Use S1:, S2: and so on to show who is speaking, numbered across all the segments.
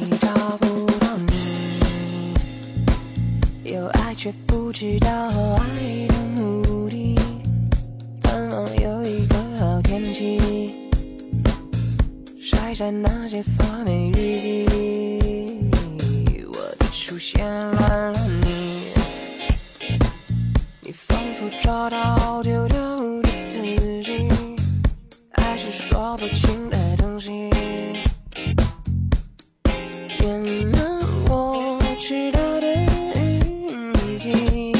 S1: 里找不到你，有爱却不知道爱的目的，盼望有一个好天气，晒晒那些发霉日记。我的出现乱了你，你仿佛找到丢掉的自己，爱是说不清的东西。原谅我迟到的日记，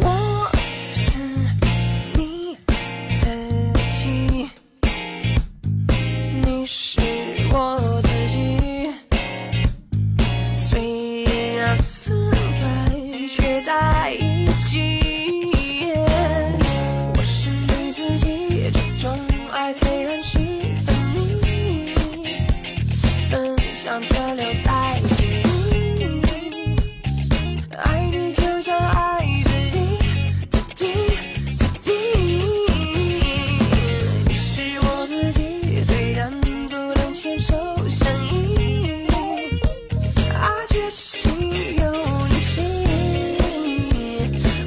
S1: 我是你自己，你是我自己。虽然分开，却在一起。我是你自己，这种爱虽然是分离。分享却留在记忆。爱你就像爱自己，自己，自己。你是我自己，虽然不能牵手相依，爱却心有灵犀。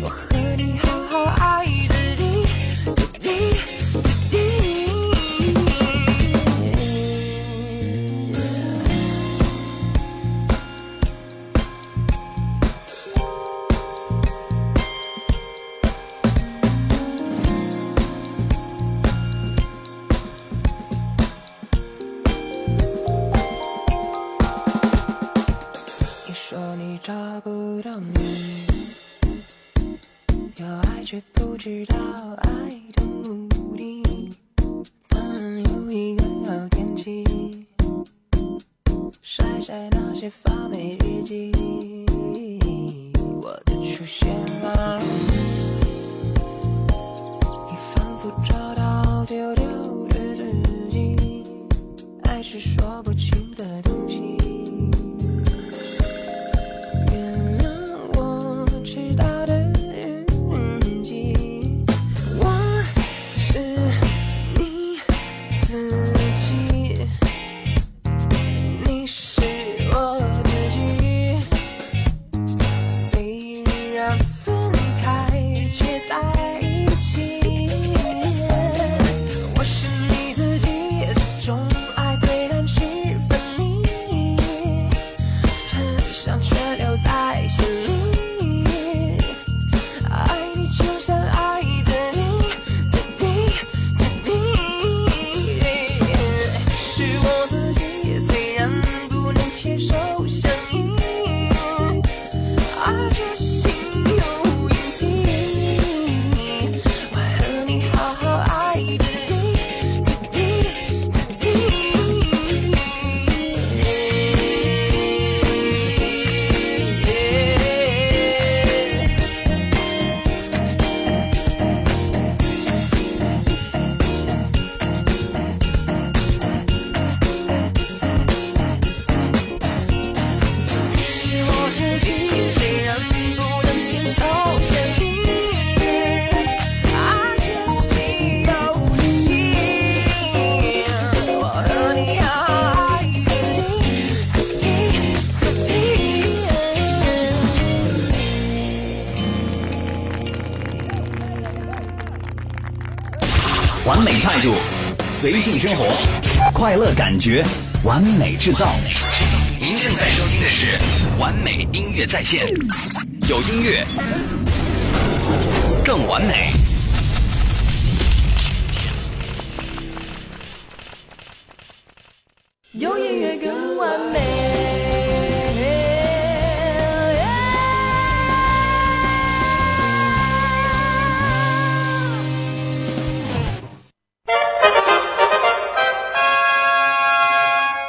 S1: 我和你好好爱自己，自己，自己。你说你找不到你，有爱却不知道爱的目的，盼望有一个好天气，晒晒那些发霉日记。我的出现了，你仿佛找到丢掉的自己，爱是说不清的东西。原谅我迟到的日记，我是你自己，你是我自己。虽然分开，却在一起。我是你自己，这种爱虽然是分离，分享却留在心里。爱你就像爱自己，自己，自己。是我自己，虽然不能牵手相依，爱却心有灵犀。我和你好好爱自己，自己，自己。是我自己，虽然不能牵手相依，爱却心有灵犀。我和你好爱自己，自己，自己。
S2: 完美态度，随性生活，快乐感觉，完美制造。您正在收听的是《完美音乐在线》，有音乐更完美。
S1: 有音乐更完美。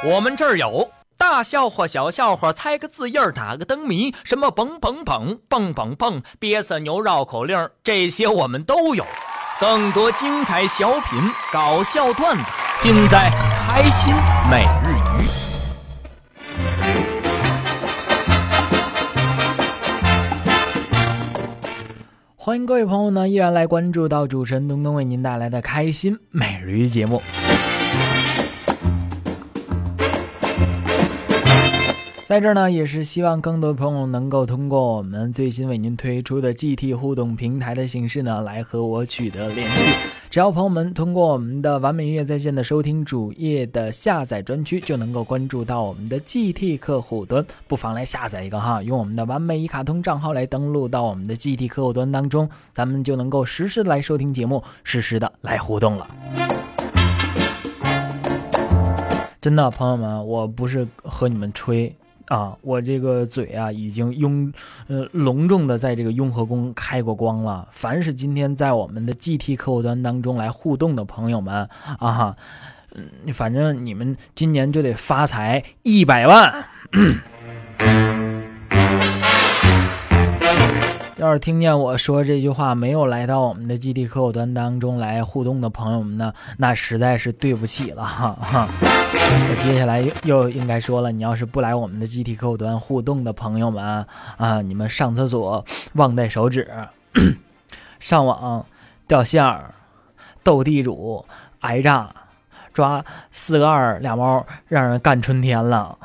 S3: 我们这儿有大笑话、小笑话，猜个字印儿，打个灯谜，什么蹦蹦蹦蹦蹦蹦，憋死牛绕口令儿，这些我们都有。更多精彩小品、搞笑段子，尽在开心每日鱼。欢迎各位朋友呢，依然来关注到主持人东东为您带来的开心每日鱼节目。
S4: 在这儿呢，也是希望更多朋友能够通过我们最新为您推出的 GT 互动平台的形式呢，来和我取得联系。只要朋友们通过我们的完美音乐在线的收听主页的下载专区，就能够关注到我们的 GT 客户端，不妨来下载一个哈，用我们的完美一卡通账号来登录到我们的 GT 客户端当中，咱们就能够实时的来收听节目，实时的来互动了。真的，朋友们，我不是和你们吹啊，我这个嘴啊已经拥，呃，隆重的在这个雍和宫开过光了。凡是今天在我们的 GT 客户端当中来互动的朋友们啊，嗯，反正你们今年就得发财一百万。要是听见我说这句话没有来到我们的 GT 客户端当中来互动的朋友们呢，那实在是对不起了哈哈。我接下来又又应该说了，你要是不来我们的 GT 客户端互动的朋友们啊，啊你们上厕所忘带手纸， 上网掉线儿，斗地主挨炸，抓四个二俩猫，让人干春天了。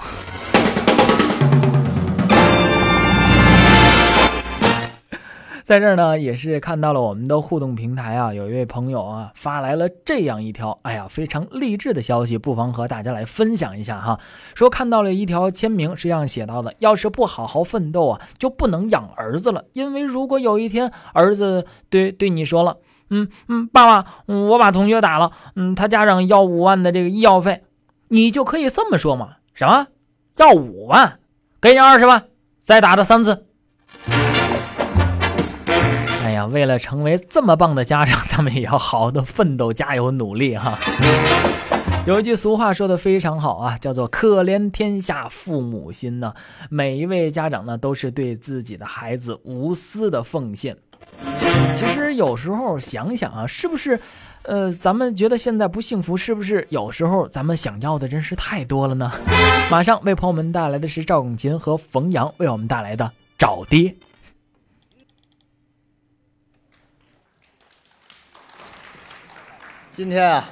S4: 在这儿呢，也是看到了我们的互动平台啊，有一位朋友啊发来了这样一条，哎呀，非常励志的消息，不妨和大家来分享一下哈。说看到了一条签名，是这样写到的：要是不好好奋斗啊，就不能养儿子了，因为如果有一天儿子对对你说了，嗯嗯，爸爸、嗯我把同学打了，嗯，他家长要五万的这个医药费，你就可以这么说嘛，什么要五万，给你二十万，再打他三次。哎呀，为了成为这么棒的家长， 咱们也要好好的奋斗、加油、努力哈。有一句俗话说的非常好啊，叫做“可怜天下父母心”呢。每一位家长呢，都是对自己的孩子无私的奉献。其实有时候想想啊，是不是，呃，咱们觉得现在不幸福，是不是有时候咱们想要的真是太多了呢？马上为朋友们带来的是赵永琴和冯阳为我们带来的《找爹》。
S5: 今天啊，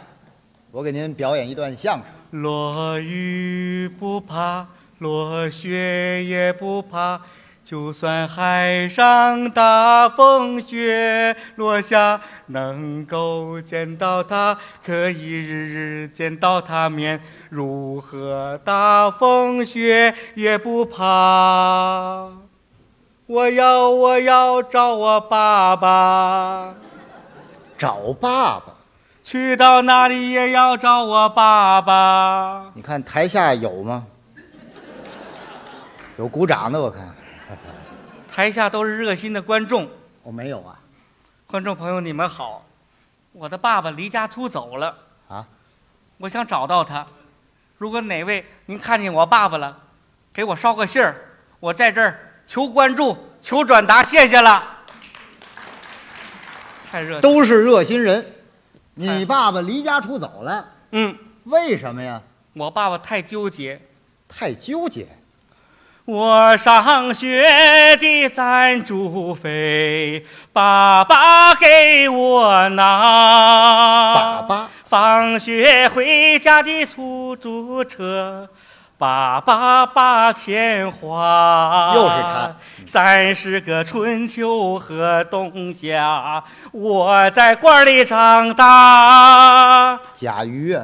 S5: 我给您表演一段相声。
S6: 落雨不怕，落雪也不怕，就算海上大风雪落下，能够见到他，可以日日见到他面，如何大风雪也不怕。我要我要找我爸爸，
S5: 找爸爸，
S6: 去到哪里也要找我爸爸。
S5: 你看台下有吗？有鼓掌的，我看
S6: 台下都是热心的观众，
S5: 我没有啊
S6: 观众朋友，你们好，我的爸爸离家出走了，
S5: 啊！
S6: 我想找到他。如果哪位您看见我爸爸了，给我捎个信儿，我在这儿求关注、求转达，谢谢了。太热情，
S5: 都是热心人。
S6: 哎
S5: 你爸爸离家出走了，
S6: 嗯，
S5: 为什么呀？
S6: 我爸爸太纠结。
S5: 太纠结。
S6: 我上学的赞助费，爸爸给我拿。
S5: 爸爸
S6: 放学回家的出租车，爸爸把钱花。
S5: 又是他。
S6: 三十个春秋和冬夏，我在罐里长大。
S5: 甲鱼啊，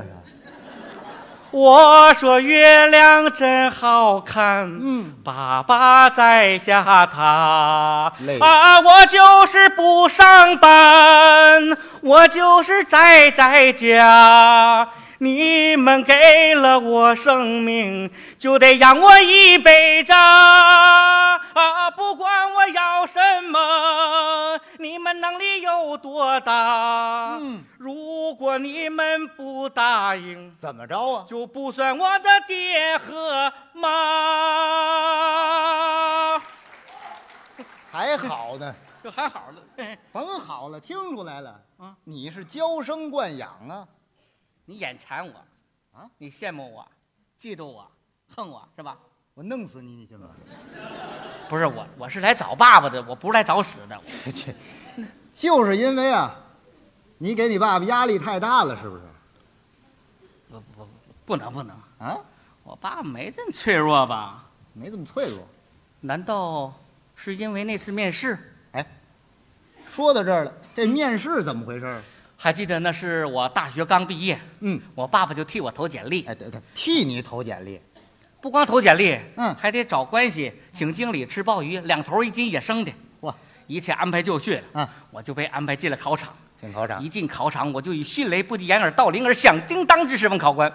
S6: 我说月亮真好看，爸爸在下他
S5: 累
S6: 啊，我就是不上班，我就是宅在家。你们给了我生命，就得养我一辈子啊！不管我要什么，你们能力有多大？如果你们不答应，
S5: 怎么着啊？
S6: 就不算我的爹和妈。
S5: 还好呢，
S6: 这还好了，
S5: 甭好了，听出来了
S6: 啊，
S5: 你是娇生惯养啊。
S6: 你眼馋我，
S5: 啊，
S6: 你羡慕我，嫉妒我，恨我是吧？
S5: 我弄死你，你信吗？
S6: 不是我，我是来找爸爸的，我不是来找死的。
S5: 就是因为啊，你给你爸爸压力太大了，是不是？
S6: 不不不能不能，
S5: 啊，
S6: 我爸没这么脆弱吧？
S5: 没这么脆弱。
S6: 难道是因为那次面试？
S5: 哎，说到这儿了，这面试怎么回事儿？
S6: 还记得那是我大学刚毕业，
S5: 嗯，
S6: 我爸爸就替我投简历，
S5: 哎，对对，替你投简历，
S6: 不光投简历，
S5: 嗯
S6: 还得找关系，请经理吃鲍鱼，两头一斤野生的，
S5: 哇，
S6: 一切安排就绪了，
S5: 嗯，
S6: 我就被安排进了考场。
S5: 进考场
S6: 一进考场，我就以迅雷不及掩耳盗铃而响叮当之势问考官：“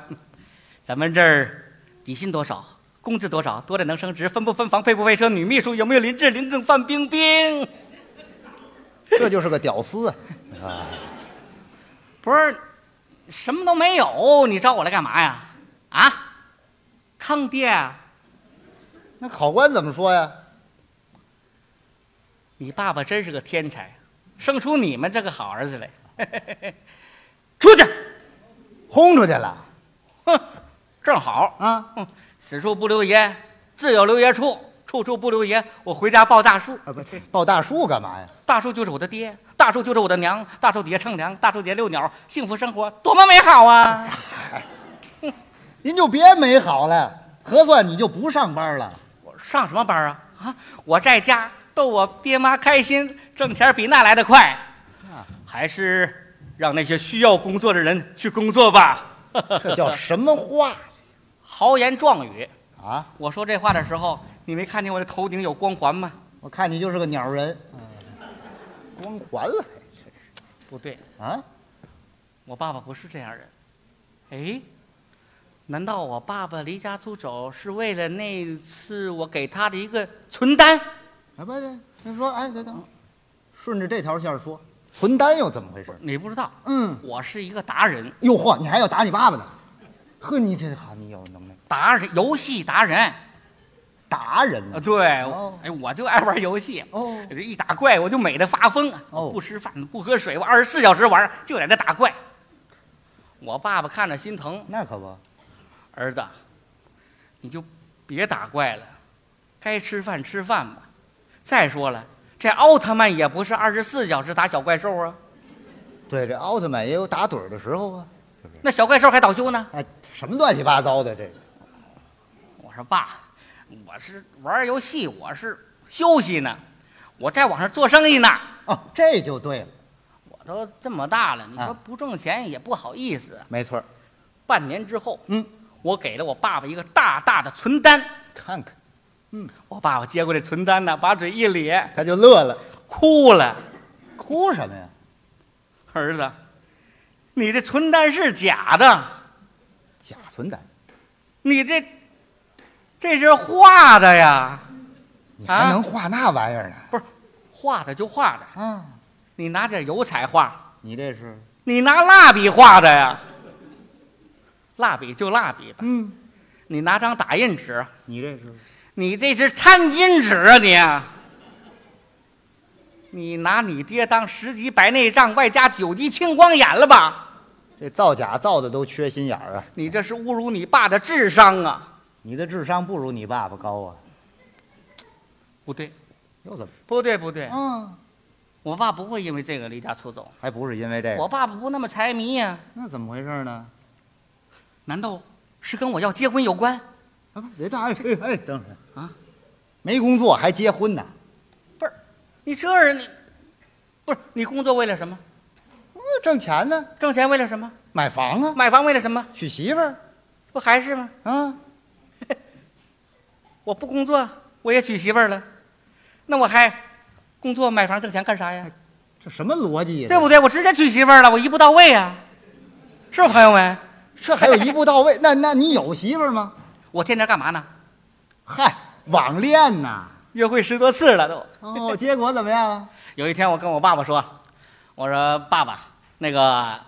S6: 咱们这儿底薪多少？工资多少？多点能升职？分不分房？配不配车？女秘书有没有林志玲跟范冰冰
S5: 这就是个屌丝 啊！啊，？”
S6: 不是，什么都没有，你找我来干嘛呀？啊，坑爹啊！
S5: 那考官怎么说呀？
S6: 你爸爸真是个天才，生出你们这个好儿子来。出去，
S5: 轰出去了
S6: 哼，正好，
S5: 啊！
S6: 哼，此处不留爷，自有留爷处，处处不留爷。我回家抱大树，
S5: 啊，不，抱大树干嘛呀？
S6: 大树就是我的爹，大树就是我的娘，大树底下乘凉，大树底下遛鸟，幸福生活多么美好啊！
S5: 您就别美好了，合算你就不上班了。
S6: 我上什么班啊？啊，我在家逗我爹妈开心，挣钱比那来的快，还是让那些需要工作的人去工作吧。
S5: 这叫什么话
S6: 豪言壮语。
S5: 啊？
S6: 我说这话的时候，你没看见我的头顶有光环吗？
S5: 我看你就是个鸟人，嗯光环了
S6: 不对，
S5: 啊！
S6: 我爸爸不是这样人。哎，难道我爸爸离家出走是为了那次我给他的一个存单？
S5: 啊，不是，你说，哎，等等，顺着这条线说，存单又怎么回事？
S6: 你不知道，
S5: 嗯，
S6: 我是一个达人，
S5: 哟嚯，你还要打你爸爸呢？ 呵，你这好，你有能耐，
S6: 达人游戏达人
S5: 达人呢
S6: 啊！？对，
S5: 哦
S6: 哎，我就爱玩游戏。
S5: 哦，
S6: 这一打怪我就美得发疯啊！
S5: 哦
S6: 我不吃饭不喝水，我二十四小时玩，就在这打怪。我爸爸看着心疼，
S5: 那可不，
S6: 儿子，你就别打怪了，该吃饭吃饭吧。再说了，这奥特曼也不是二十四小时打小怪兽啊，
S5: 对，这奥特曼也有打盹儿的时候啊。
S6: 那小怪兽还倒休呢。
S5: 哎，什么乱七八糟的这个？
S6: 我说爸，我是玩游戏，我是休息呢，我在网上做生意呢。
S5: 哦，这就对了，
S6: 我都这么大了，你说
S5: 啊
S6: 不挣钱也不好意思。
S5: 没错儿。
S6: 半年之后，
S5: 嗯，
S6: 我给了我爸爸一个大大的存单，
S5: 看看，
S6: 我爸爸接过这存单呢，把嘴一咧，
S5: 他就乐了，
S6: 哭了。
S5: 哭什么呀？
S6: 儿子，你的存单是假的，
S5: 假存单，
S6: 你这这是画的呀？
S5: 你
S6: 啊
S5: 还能画那玩意儿呢？
S6: 不是，画的就画的，
S5: 啊，
S6: 你拿点油彩画，
S5: 你这是，
S6: 你拿蜡笔画的呀？蜡笔就蜡笔吧，
S5: 嗯，
S6: 你拿张打印纸，
S5: 你这是，
S6: 你这是餐巾纸啊你啊！你拿你爹当十级白内障，外加九级青光眼了吧？
S5: 这造假造的都缺心眼儿啊！
S6: 你这是侮辱你爸的智商啊！
S5: 你的智商不如你爸爸高啊！
S6: 不对，
S5: 又怎么？
S6: 不对，不对，
S5: 嗯，
S6: 我爸不会因为这个离家出走，
S5: 还不是因为这
S6: 我
S5: 个？
S6: 爸爸不那么财迷呀、
S5: 那怎么回事呢？
S6: 难道是跟我要结婚有关？
S5: 啊，不，得大哎哎哎，等会儿
S6: 啊，
S5: 没工作还结婚呢？
S6: 不是，你这人你，不是你工作为了什么？
S5: 嗯挣钱呢，
S6: 挣钱为了什么？
S5: 买房啊，
S6: 买房为了什么？
S5: 娶媳妇儿
S6: 不还是吗？
S5: 啊，
S6: 我不工作，我也娶媳妇儿了，那我还工作买房挣钱干啥呀？
S5: 这什么逻辑呀？
S6: 对不对？我直接娶媳妇儿了，我一步到位啊，是不是朋友们？
S5: 这还有一步到位？那那你有媳妇儿吗？
S6: 我天天干嘛呢？
S5: 嗨，网恋呐！
S6: 约会十多次了都。
S5: 哦，结果怎么样啊？
S6: 有一天我跟我爸爸说，我说爸爸，那个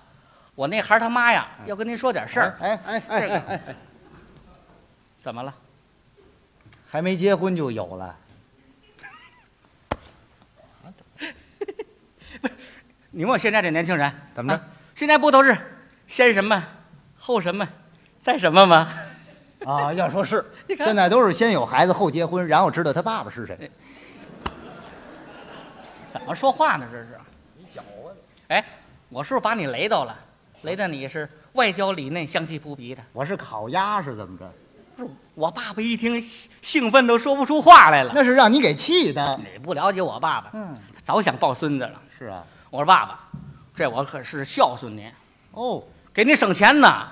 S6: 我那孩儿他妈呀，要跟您说点事儿。
S5: 哎哎哎哎哎哎，
S6: 怎么了？
S5: 还没结婚就有了，
S6: 你问我现在这年轻人
S5: 怎么着
S6: 啊现在不都是先什么后什么再什么吗？
S5: 啊？要说 是，
S6: 你看
S5: 现在都是先有孩子后结婚，然后知道他爸爸是谁。
S6: 怎么说话呢？这是你搅和哎，我是不是把你雷到了？雷的你是外焦里嫩、香气扑鼻的。
S5: 我是烤鸭是怎么着？
S6: 我爸爸一听，兴兴奋都说不出话来了。
S5: 那是让你给气的。
S6: 你不了解我爸爸，
S5: 嗯，
S6: 早想抱孙子了。
S5: 是啊。
S6: 我说爸爸，这我可是孝顺您，
S5: 哦，
S6: 给您省钱呢。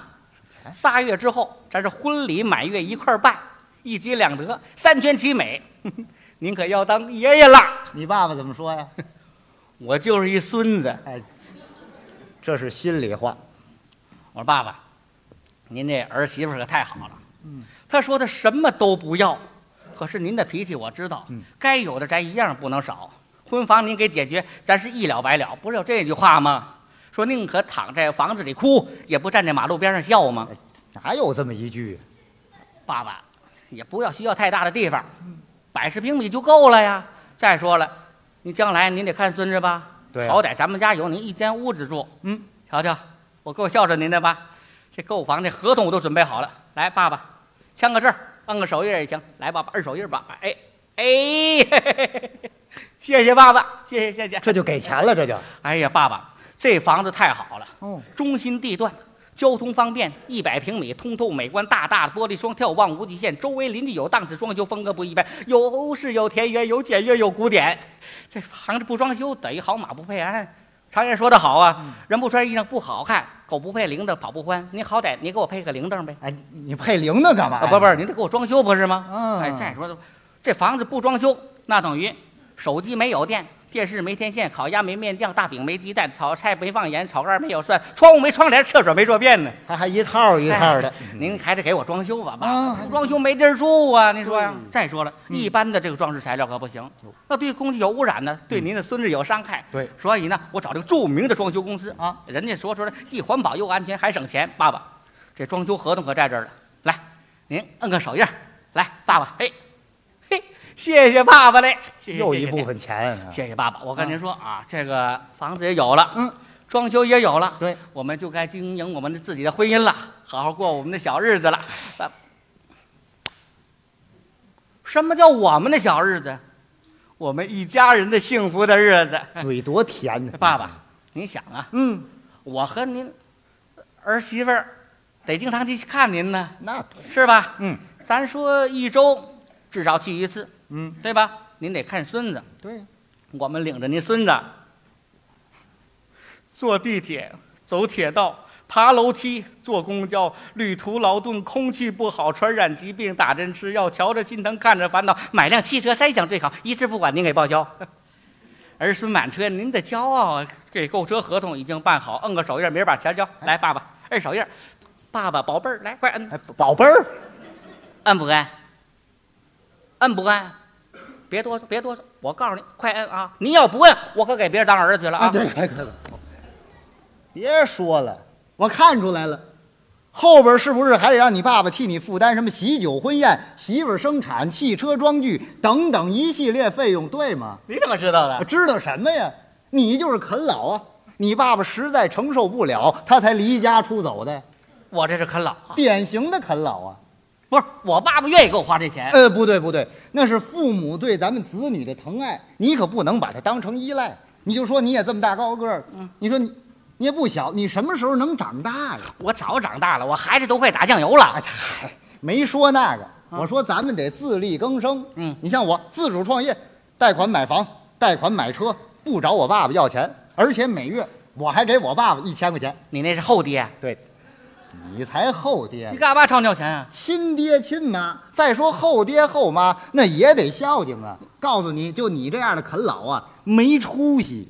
S6: 仨月之后，咱是婚礼满月一块儿办，一举两得，三全其美。 您可要当爷爷了，
S5: 你爸爸怎么说呀？
S6: 我就是一孙子。
S5: 哎，这是心里话。
S6: 我说爸爸，您这儿媳妇儿可太好了。嗯，她说她什么都不要，可是您的脾气我知道，该有的咱一样不能少。婚房您给解决，咱是一了百了，不是有这句话吗？说宁可躺在房子里哭，也不站在马路边上笑吗？
S5: 哪有这么一句？啊
S6: 爸爸，也不要需要太大的地方，百十平米就够了呀。再说了，您将来您得看孙子吧，
S5: 对啊
S6: 好歹咱们家有您一间屋子住。
S5: 嗯，
S6: 瞧瞧，我够孝顺您的吧？这购房的合同我都准备好了。来，爸爸，签个字儿，按个手印儿也行。来，爸爸，二手印儿吧。哎哎， 嘿嘿嘿嘿谢谢爸爸，谢谢谢谢。
S5: 这就给钱了，这就。
S6: 哎呀，爸爸，这房子太好了，
S5: 哦，
S6: 中心地段，交通方便，一百平米，通透美观，大大的玻璃窗眺望无极限，周围邻居有档次，装修风格不一般，有欧式，有田园，有简约，有古典。这房子不装修等于好马不配鞍。常言说得好啊，人不穿衣裳不好看，狗不配铃铛跑不欢。您好歹您给我配个铃铛呗，
S5: 哎，你配铃铛干嘛哎呀？
S6: 啊，不不是，您得给我装修不是吗？
S5: 嗯
S6: 哎，再说了，这房子不装修，那等于手机没有电，电视没天线，烤鸭没面酱，大饼没鸡蛋，炒菜没放盐，炒肝没有蒜，窗户没窗帘，厕所没坐便呢。
S5: 还还一套一套的
S6: 哎。您还得给我装修吧，爸
S5: 啊，
S6: 不装修没地儿住啊！您说呀？再说了，
S5: 嗯
S6: 一般的这个装饰材料可不行，那对空气有污染呢，对您的孙子有伤害。
S5: 嗯对
S6: 所以呢，我找这个著名的装修公司
S5: 啊，
S6: 人家说出来既环保又安全还省钱。爸爸，这装修合同可在这儿了，来，您摁个手印儿，来，爸爸，嘿，嘿，谢谢爸爸嘞，谢谢
S5: 又
S6: 谢
S5: 一
S6: 谢
S5: 部分钱啊。
S6: 谢谢爸爸，我跟您说啊，这个房子也有了，
S5: 嗯，
S6: 装修也有了，
S5: 对，
S6: 我们就该经营我们的自己的婚姻了，好好过我们的小日子了。
S5: 哎
S6: 爸什么叫我们的小日子？我们一家人的幸福的日子。
S5: 嘴多甜呢。
S6: 爸爸，您想啊，
S5: 嗯，
S6: 我和您儿媳妇儿得经常去看您呢，
S5: 那对。
S6: 是吧？
S5: 嗯，
S6: 咱说一周至少去一次，
S5: 嗯，
S6: 对吧？您得看孙子，
S5: 对。啊
S6: 我们领着您孙子坐地铁、走铁道、爬楼梯、坐公交，旅途劳顿，空气不好，传染疾病，打针吃药，瞧着心疼，看着烦恼，买辆汽车猜想最好，一次付款您给报销。 儿孙满车，您的骄傲啊！给购车合同已经办好，摁个手印，明儿把钱交。来，爸爸，摁手印，爸爸，宝贝儿，来，快摁。
S5: 哎，宝贝儿，
S6: 按不按？按不按？别哆嗦，别哆嗦，我告诉你，快按啊！您要不按，我可给别人当儿子去了啊！
S5: 对，快快快！别说了，我看出来了，后边是不是还得让你爸爸替你负担什么喜酒婚宴、媳妇儿生产、汽车装具等等一系列费用，对吗？
S6: 你怎么知
S5: 我
S6: 道的？
S5: 知道什么呀？你就是啃老啊！你爸爸实在承受不了，他才离家出走的，
S6: 我这是啃老啊！
S5: 典型的啃老啊！
S6: 不是，我爸爸愿意给我花这钱。
S5: 呃，不对不对，那是父母对咱们子女的疼爱，你可不能把它当成依赖。你就说你也这么大高个儿，你说你你也不小，你什么时候能长大呀？
S6: 我早长大了，我孩子都快打酱油了
S5: 哎。嗨，没说那个，我说咱们得自力更生。
S6: 嗯
S5: 你像我自主创业，贷款买房，贷款买车，不找我爸爸要钱，而且每月我还给我爸爸一千块钱。
S6: 你那是后爹，
S5: 对，你才后爹
S6: 你
S5: 呢，
S6: 干嘛吵尿钱啊？
S5: 亲爹亲妈。再说后爹后妈，那也得孝敬啊。告诉你就你这样的啃老啊，没出息。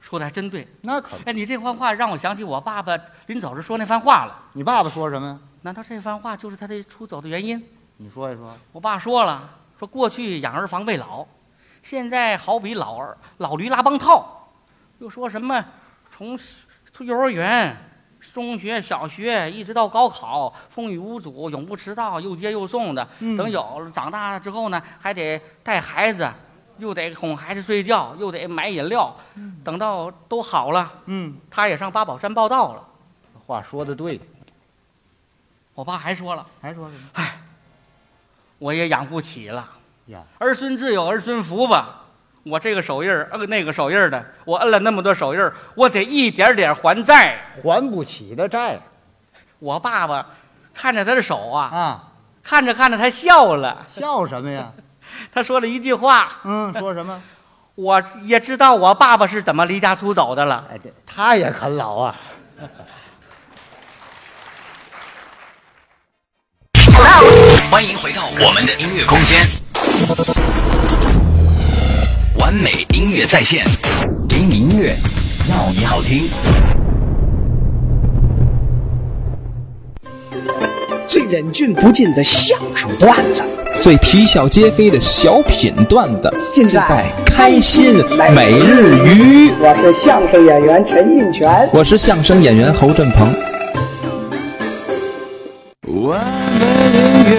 S6: 说的还真对。
S5: 那可不，
S6: 哎，你这番话让我想起我爸爸临走时说那番话了。
S5: 你爸爸说什么呀？
S6: 难道这番话就是他的出走的原因？
S5: 你说一说。
S6: 我爸说了，说过去养儿防未老，现在好比老儿老驴拉帮套，又说什么从从幼儿园、中学、小学一直到高考，风雨无阻，永不迟到，又接又送的。等有了长大了之后呢，还得带孩子，又得哄孩子睡觉，又得买饮料。等到都好了，
S5: 嗯，
S6: 他也上八宝山报道了。
S5: 话说的对，
S6: 我爸还说了，
S5: 还说什么？
S6: 我也养不起了。
S5: 呀，
S6: 儿孙自有儿孙福吧。我这个手印儿，呃摁那个手印儿的，我摁了那么多手印儿，我得一点点还债。
S5: 还不起的债。
S6: 我爸爸看着他的手啊，
S5: 啊，
S6: 看着看着他笑了，
S5: 笑什么呀？
S6: 他说了一句话
S5: 嗯，说什么？：“
S6: 我也知道我爸爸是怎么离家出走的了。
S5: 哎，对， 他也啃老啊。
S2: 欢迎回到我们的音乐空间，完美音乐在线，给你音乐，要你好听。
S7: 最忍俊不禁的相声段子，
S8: 最啼笑皆非的小品段子，
S7: 尽
S8: 尽
S7: 在
S8: 在开心每日鱼。
S7: 我是相声演员陈印泉。
S8: 我是相声演员侯振鹏。
S2: 完美音乐。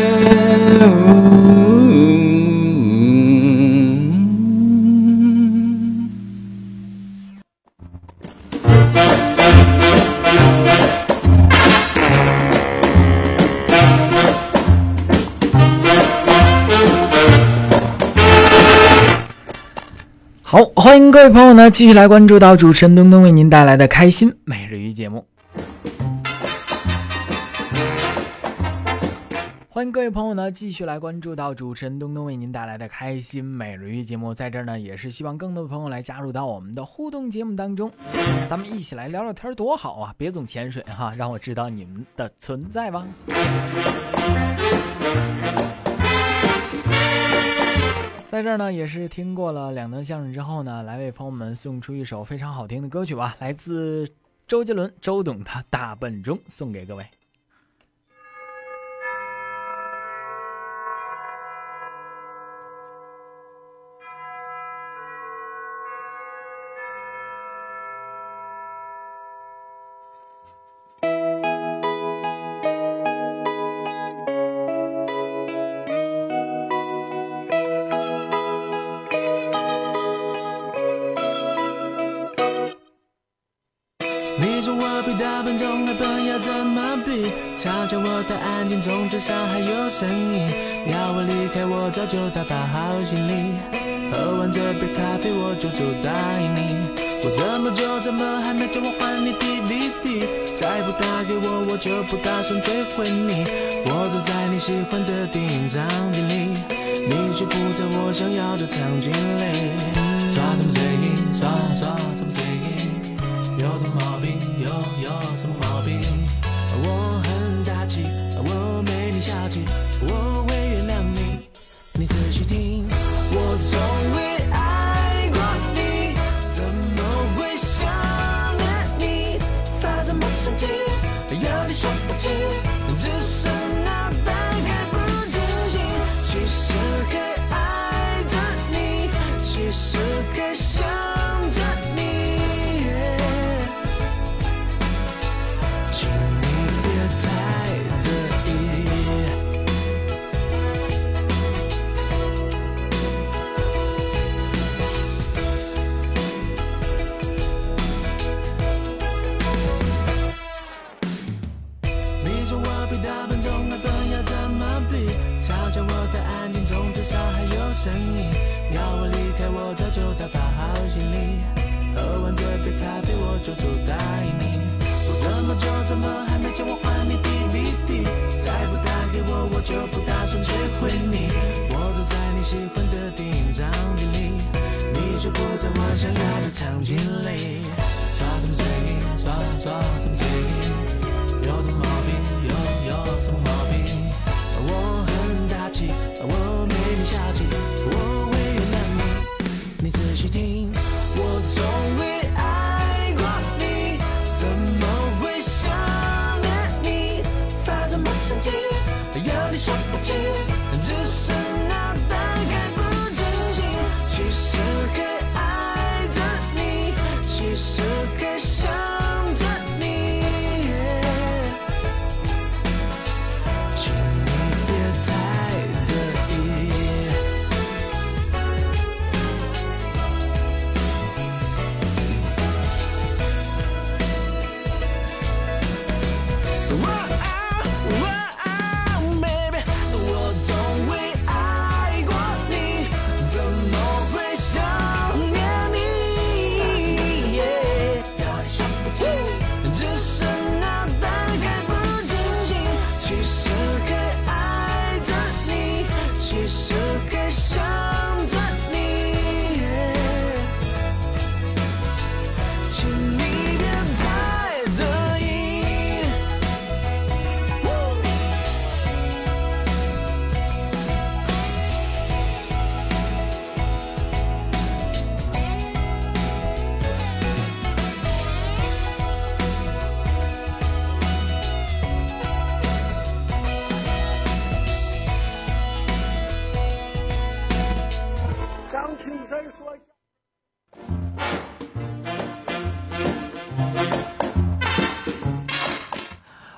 S4: 好，欢迎各位朋友呢，继续来关注到主持人东东为您带来的开心每日一节目。欢迎各位朋友呢，继续来关注到主持人东东为您带来的开心每日一节目，在这儿呢，也是希望更多的朋友来加入到我们的互动节目当中，咱们一起来聊聊天儿多好啊！别总潜水哈、让我知道你们的存在吧。在这儿呢，也是听过了两段相声之后呢，来为朋友们送出一首非常好听的歌曲吧，来自周杰伦、周董的《大笨钟》，送给各位。
S9: 你说我比大笨钟还笨，要怎么比？嘲笑我太安静，中至少还有声音。要我离开，我早就打包好行李。喝完这杯咖啡，我就走答应你。我这么久怎么还没叫我还你 DVD？再不打给我，我就不打算追回你。我坐在你喜欢的电影场景里，你却不在我想要的场景里。耍什么嘴硬，耍耍什么嘴硬？有什么毛病？有有什么毛病？我很大气，我没你小气，我会原谅你。你仔细听，我从未爱过你，怎么会想念你？发什么神经？有理说不清，只是脑袋还不清醒。其实该爱着你，其实该想着你。请你别太得意。你说我比大笨钟还笨，要怎么比？嘲笑我太安静，中至少还有声音。要我离开，我早就打包好行李。喝完这杯咖啡，我就走答应你。我这么久怎么还没叫我还你 DVD？再不打给我，我就不打算追回你。我坐在你喜欢的电影场景里，你却不在我想要的场景里。耍什么嘴硬，耍耍什么嘴硬？有什么毛病？有有什么毛病？我很大气，我没你小气，我会原谅你。你仔细听，我从未爱过你，怎么会想念你？发什么神经？有理说不清，只是脑袋还不清醒。其实该爱着你，其实该想着你。请你别太得意。baby，我从未爱过你，怎么会想念你？其实该想着你，请你别太得意。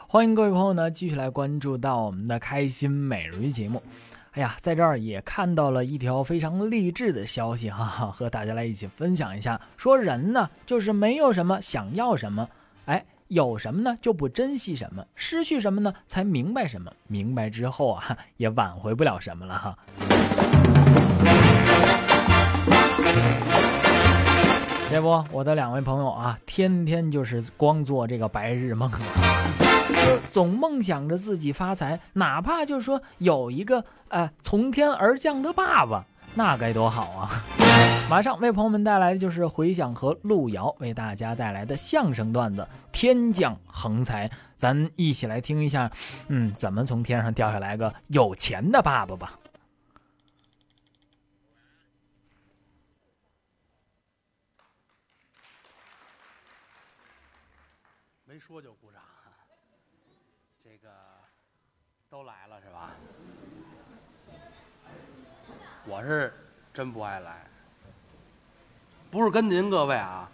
S4: 欢迎各位朋友呢，继续来关注到我们的开心每日一节目。哎呀，在这儿也看到了一条非常励志的消息哈、 哈，和大家来一起分享一下。说人呢，就是没有什么想要什么，哎，有什么呢就不珍惜什么，失去什么呢才明白什么，明白之后啊， 也挽回不了什么了哈。这不，我的两位朋友啊，天天就是光做这个白日梦啊了。总梦想着自己发财，哪怕就是说有一个呃从天而降的爸爸，那该多好啊！ 马上为朋友们带来的就是回响和路遥为大家带来的相声段子《天降横财》，咱一起来听一下，嗯，怎么从天上掉下来个有钱的爸爸吧。
S6: 没说就鼓掌。这个都来了是吧？我是真不爱来，不是跟您各位啊，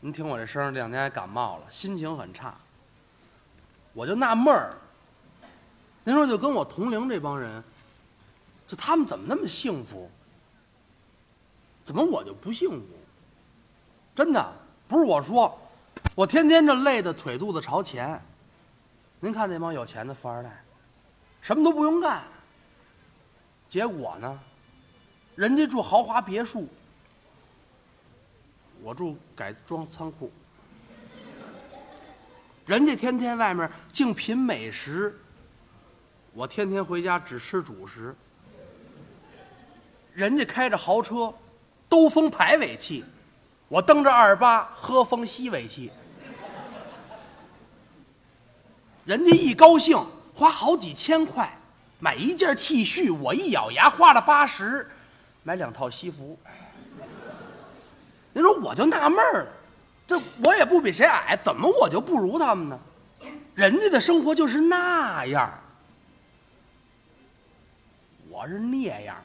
S6: 您听我这声儿，这两天还感冒了，心情很差。我就纳闷儿，您说就跟我同龄这帮人，就他们怎么那么幸福？怎么我就不幸福？真的不是我说，我天天这累得腿肚子朝前。您看那帮有钱的富二代，什么都不用干。结果呢，人家住豪华别墅，我住改装仓库。人家天天外面净品美食，我天天回家只吃主食。人家开着豪车，兜风排尾气，我蹬着二八喝风吸尾气。人家一高兴花好几千块买一件 T 恤，我一咬牙花了八十，买两套西服。您说我就纳闷儿了，这我也不比谁矮，怎么我就不如他们呢？人家的生活就是那样儿，我是那样儿。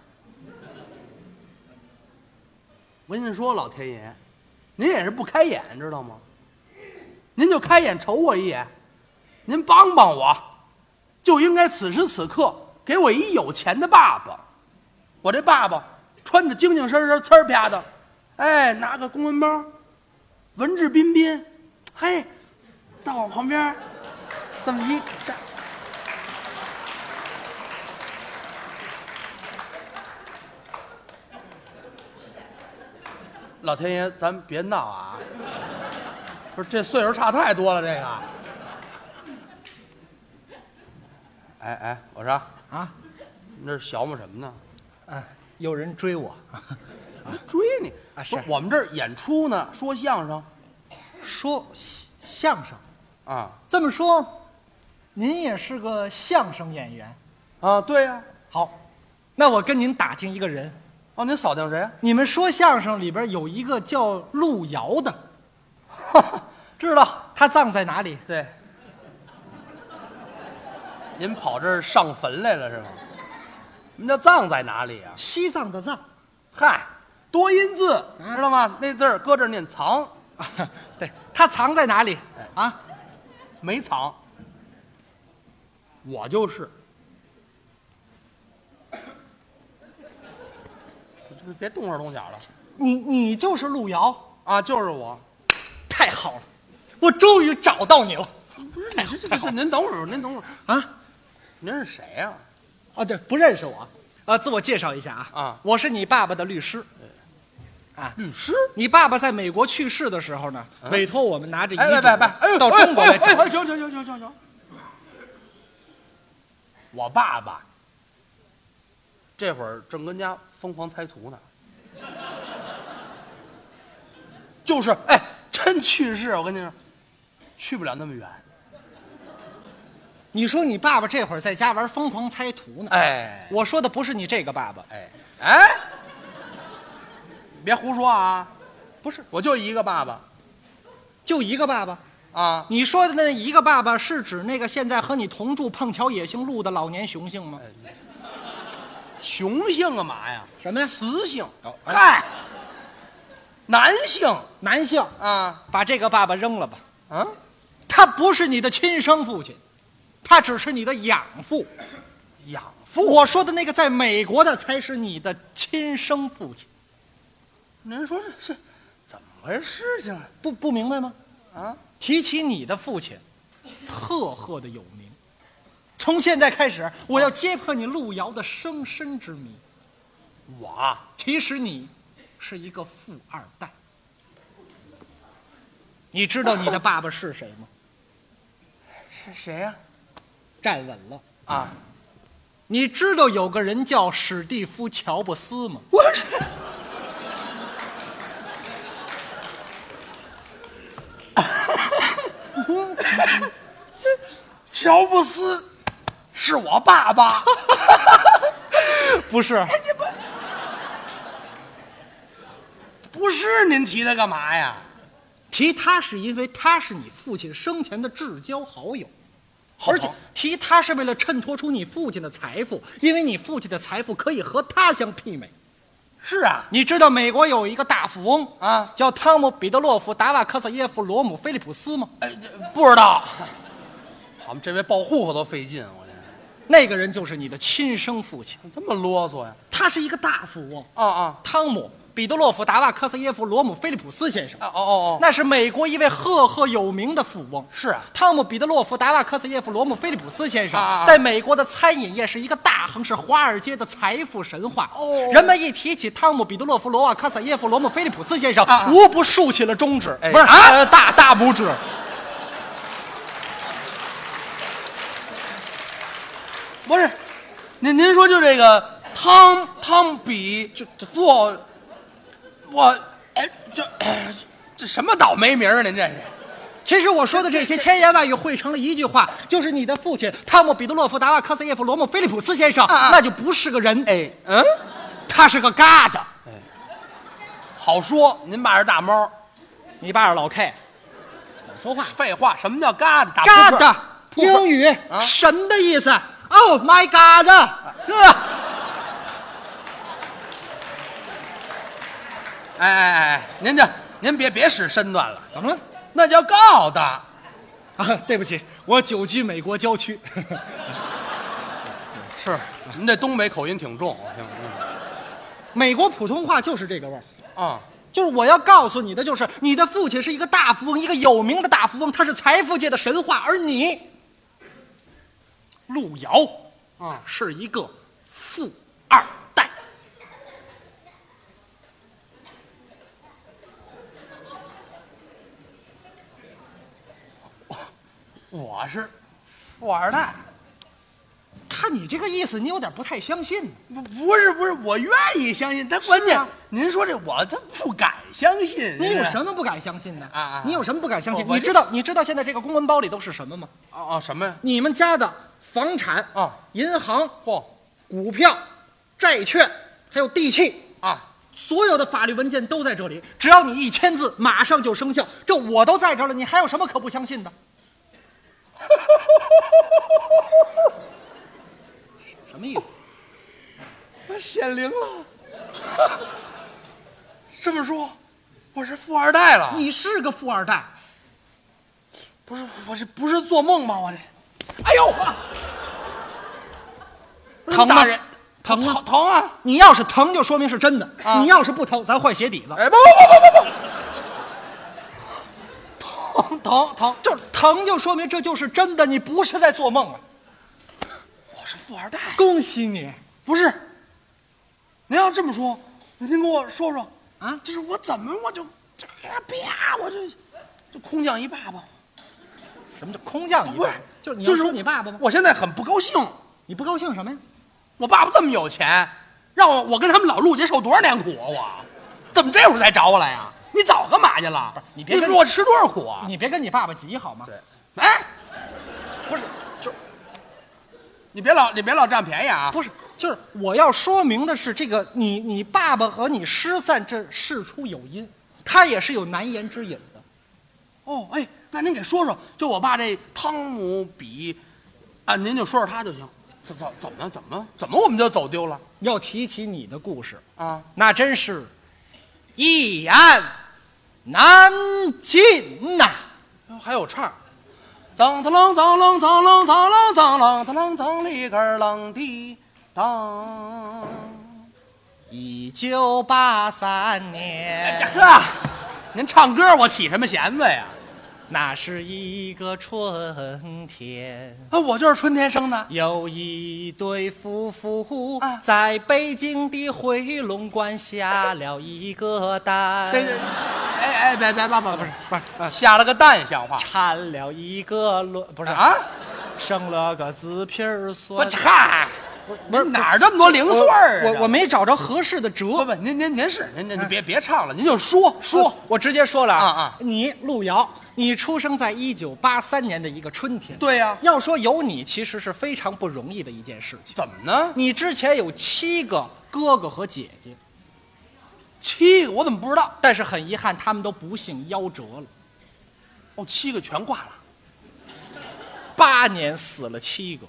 S6: 我跟您说，老天爷，您也是不开眼，知道吗？您就开眼瞅我一眼。您帮帮我，就应该此时此刻给我一有钱的爸爸。我这爸爸穿的精精神神、呲儿啪的，哎，拿个公文包，文质彬彬，嘿，到我旁边这么一站。老天爷，咱别闹啊！不是这岁数差太多了，这个。哎哎，我说
S10: 啊，
S6: 你这是琢磨什么呢？
S10: 啊，有人追我，
S6: 追你
S10: 啊
S6: 不
S10: 是
S6: 我们这儿演出呢，说相声
S10: 说相相声。
S6: 啊
S10: 这么说，您也是个相声演员。
S6: 啊，对呀、
S10: 好，那我跟您打听一个人，
S6: 哦，您扫听谁啊？
S10: 你们说相声里边有一个叫路遥的，
S6: 啊 知道，
S10: 他葬在哪里？
S6: 对。您跑这儿上坟来了是吗？您这葬在哪里呀、
S10: 西藏 的藏，
S6: 嗨，多音字知道吗？那字儿搁这儿念藏，
S10: 对，他藏在哪里？啊，
S6: 没藏。我就是。别动手动脚了
S10: 你你就是路遥，
S6: 啊！就是我。
S10: 太好了，我终于找到你了
S6: 不是，你这这这这，您等会儿，您等会儿，
S10: 啊！
S6: 您是谁啊呀、
S10: 哦，对，不认识我，呃，自我介绍一下啊，
S6: 啊
S10: 我是你爸爸的律师。
S6: 律师。
S10: 你爸爸在美国去世的时候呢，委托我们拿着遗
S6: 哎，别
S10: 嘱
S6: 别别！哎呦，
S10: 到中国来
S6: 哎呦哎
S10: 找
S6: 呦，行行行行行行。我爸爸
S11: 这会儿正跟家疯狂猜图呢。就是，哎，真去世！我跟你说，去不了那么远。
S10: 你说你爸爸这会儿在家玩疯狂猜图呢？
S11: 哎，
S10: 我说的不是你这个爸爸，
S11: 哎哎，别胡说啊！
S10: 不是，
S11: 我就一个爸爸
S10: 就一个爸爸。
S11: 啊！
S10: 你说的那一个爸爸是指那个现在和你同住碰巧野性路的老年雄性吗？
S11: 哎雄性干嘛呀？
S10: 什么呀？
S11: 雌性。
S10: 哎
S11: 嗨，男性
S10: 男性，
S11: 啊
S10: 把这个爸爸扔了吧，
S11: 啊！
S10: 他不是你的亲生父亲，他只是你的养父。
S11: 养
S10: 父，我说的那个在美国的才是你的亲生父亲，
S11: 您说这是怎么回事情啊？
S10: 不不明白吗？
S11: 啊，
S10: 提起你的父亲，赫赫的有名。从现在开
S11: 啊
S10: 始，我要揭破你路遥的生身之谜。
S11: 我啊
S10: 其实你是一个富二代。你知道你的爸爸是谁吗？
S11: 是谁呀、
S10: 站稳了。
S11: 啊？
S10: 你知道有个人叫史蒂夫·乔布斯吗？
S11: 我去！乔布斯是我爸爸，
S10: 不是，
S11: 不是您提他干嘛呀？
S10: 提他是因为他是你父亲生前的至交好友，
S11: 好
S10: 而且提他是为了衬托出你父亲的财富，因为你父亲的财富可以和他相媲美。
S11: 是啊，
S10: 你知道美国有一个大富翁
S11: 啊
S10: 叫汤姆·彼得洛夫·达瓦科萨耶夫·罗姆·菲利普斯吗？
S11: 哎，这不知道。好嘛，这位报户口都费劲，我这
S10: 那个人就是你的亲生父亲，
S11: 这么啰嗦呀？
S10: 他是一个大富翁，
S11: 啊啊
S10: 汤姆·彼得洛夫·达瓦科萨耶夫·罗姆·菲利普斯先生
S11: 啊，哦哦哦，
S10: 那是美国一位赫赫有名的富翁，
S11: 是啊
S10: 汤姆·彼得洛夫·达瓦科斯耶夫·罗姆·菲利普斯先生，
S11: 啊啊啊
S10: 在美国的餐饮业是一个大亨，是华尔街的财富神话。
S11: 哦
S10: 人们一提起汤姆·彼得洛夫·罗瓦科斯耶夫·罗姆·菲利普斯先生，
S11: 啊啊
S10: 无不竖起了中指，
S11: 哎
S10: 不是、
S11: 啊
S10: 呃大大拇指。
S11: 不是，您您说就这个汤汤比这这做，我哎这哎这什么倒霉名儿啊？您这是
S10: 其实我说的这些千言万语汇成了一句话，就是你的父亲汤姆·彼得洛夫·达瓦科斯耶夫·罗姆·菲利普斯先生，
S11: 啊
S10: 那就不是个人，
S11: 哎嗯，
S10: 他是个疙瘩。
S11: 好说，您爸是大猫，
S10: 你爸是老 K，怎么说话？
S11: 废话，什么叫嘎达？打扑
S10: 嘎
S11: 克
S10: 达，
S11: 扑克
S10: 英语、
S11: 啊
S10: 神的意思。Oh my God，这
S11: 哎哎哎哎，您这您别别使身段了，
S10: 怎么了？
S11: 那叫告的。
S10: 啊，对不起，我久居美国郊区。
S11: 是，您这东北口音挺重，行
S10: 美国普通话就是这个味儿，
S11: 啊、
S10: 就是我要告诉你的，就是你的父亲是一个大富翁，一个有名的大富翁，他是财富界的神话，而你，路遥
S11: 嗯
S10: 是一个富二代。
S11: 我是富二代，
S10: 看你这个意思，你有点不太相信呢。
S11: 不不是不是，我愿意相信，但关键、您说这我他不敢相信。
S10: 你有
S11: 这
S10: 什么不敢相信的
S11: 啊啊
S10: 你有什么不敢相信？
S11: 我我
S10: 你知道你知道现在这个公文包里都是什么吗？
S11: 啊啊什么呀？
S10: 你们家的房产
S11: 啊、
S10: 银行、
S11: 嚯
S10: 股票、债券，还有地契，
S11: 啊！
S10: 所有的法律文件都在这里。只要你一签字，马上就生效。这我都在这儿了，你还有什么可不相信 的？什么意思？
S11: 我显灵了。 这么说，我是富二代了？
S10: 你是个富二代，
S11: 不是我是不是做梦吧？我这
S10: 哎呦，
S11: 不是
S10: 疼吗
S11: 打人
S10: 疼吗
S11: 疼疼啊！
S10: 你要是疼，就说明是真的；
S11: 啊
S10: 你要是不疼，咱换鞋底子。
S11: 哎不不不不不，疼疼疼！
S10: 就是疼，就说明这就是真的，你不是在做梦啊！
S11: 我是富二代。
S10: 恭喜你，
S11: 不是，您要这么说，您给我说说
S10: 啊
S11: 这是我怎么我就这啪，我这就空降一爸爸。
S10: 什么叫空降一
S11: 不是
S10: 代？就是你
S11: 就
S10: 要
S11: 是
S10: 说你爸爸吗？
S11: 我现在很不高兴，
S10: 你不高兴什么呀？
S11: 我爸爸这么有钱，让我我跟他们老陆家受多少年苦啊！我怎么这会儿才找我来呀、你早干嘛去了？
S10: 你别
S11: 你
S10: 跟
S11: 说我吃多少苦啊！
S10: 你别跟你爸爸急好吗？
S11: 哎，不是，就你别老你别老占便宜啊！
S10: 不是，就是我要说明的是，这个你你爸爸和你失散，这事出有因，他也是有难言之隐的。
S11: 哦，哎，那您给说说，就我爸这汤姆比，啊，您就说说他就行。怎怎怎么了？怎么了？怎么我们就走丢了
S10: 要提起你的故事，
S11: 啊？
S10: 那真是一言难尽呐、
S11: 还有唱儿，脏他啷脏啷脏啷脏啷脏啷他啷脏里个儿啷滴当。
S10: 一九八三
S11: 哎
S10: 年，
S11: 这呵，您唱歌我起什么弦子呀？
S10: 那是一个春天。
S11: 啊，我就是春天生的。
S10: 有一对夫妇
S11: 啊
S10: 在北京的回龙观下了一个蛋，
S11: 对对，哎哎，别别别，不不是不是，下了个蛋像话
S10: 产了一个卵，不是，
S11: 啊！
S10: 生了个紫皮儿
S11: 我
S10: 孙。
S11: 差，
S10: 不是
S11: 哪儿这么多零碎儿啊？
S10: 我我没找着合适的
S11: 不
S10: 辙。
S11: 不，您您您是您您您别别唱了，您就说说
S10: 我，我直接说了
S11: 啊啊
S10: 你路遥，你出生在一九八三年的一个春天。
S11: 对呀
S10: 要说有你，其实是非常不容易的一件事情。
S11: 怎么呢？
S10: 你之前有七个哥哥和姐姐，
S11: 七个我怎么不知道？
S10: 但是很遗憾，他们都不幸夭折了。
S11: 哦，七个全挂了。
S10: 八年死了七个，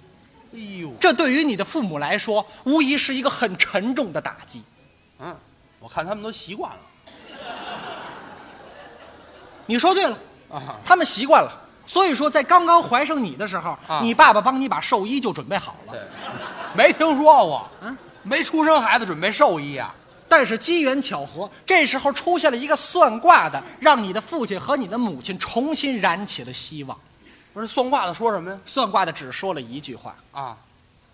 S11: 哎呦，
S10: 这对于你的父母来说，无疑是一个很沉重的打击。
S11: 嗯，我看他们都习惯了。
S10: 你说对了，
S11: 啊
S10: 他们习惯了。所以说，在刚刚怀上你的时候，
S11: 啊
S10: 你爸爸帮你把寿衣就准备好了。
S11: 没听说过，嗯，没出生孩子准备兽医啊？
S10: 但是机缘巧合，这时候出现了一个算卦的，让你的父亲和你的母亲重新燃起了希望。
S11: 不是算卦的说什么呀？
S10: 算卦的只说了一句话
S11: 啊，：“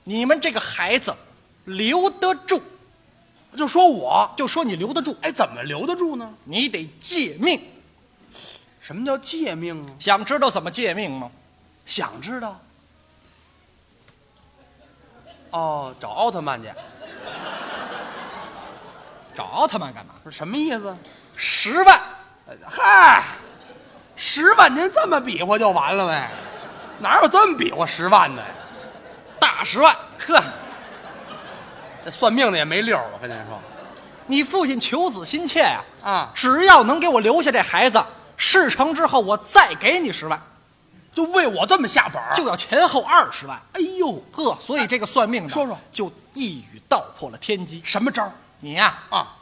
S10: 你们这个孩子留得住。
S11: 就说我”，
S10: 就说你留得住，
S11: 哎，怎么留得住呢？
S10: 你得借命。
S11: 什么叫借命啊？
S10: 想知道怎么借命吗？
S11: 想知道。哦，找奥特曼去，
S10: 找奥特曼干嘛？
S11: 不是什么意思？
S10: 十万。
S11: 呃嗨，十万您这么比划就完了呗？哪有这么比划十万的呀？大十万，呵，这算命的也没溜儿，我跟您说
S10: 你父亲求子心切呀、啊，
S11: 啊，
S10: 只要能给我留下这孩子，事成之后我再给你十万，
S11: 就为我这么下本儿，
S10: 就要前后二十万。
S11: 哎呦哎
S10: 呵，所以这个算命的
S11: 说说
S10: 就一语道破了天机。
S11: 什么招儿
S10: 你呀、
S11: 啊？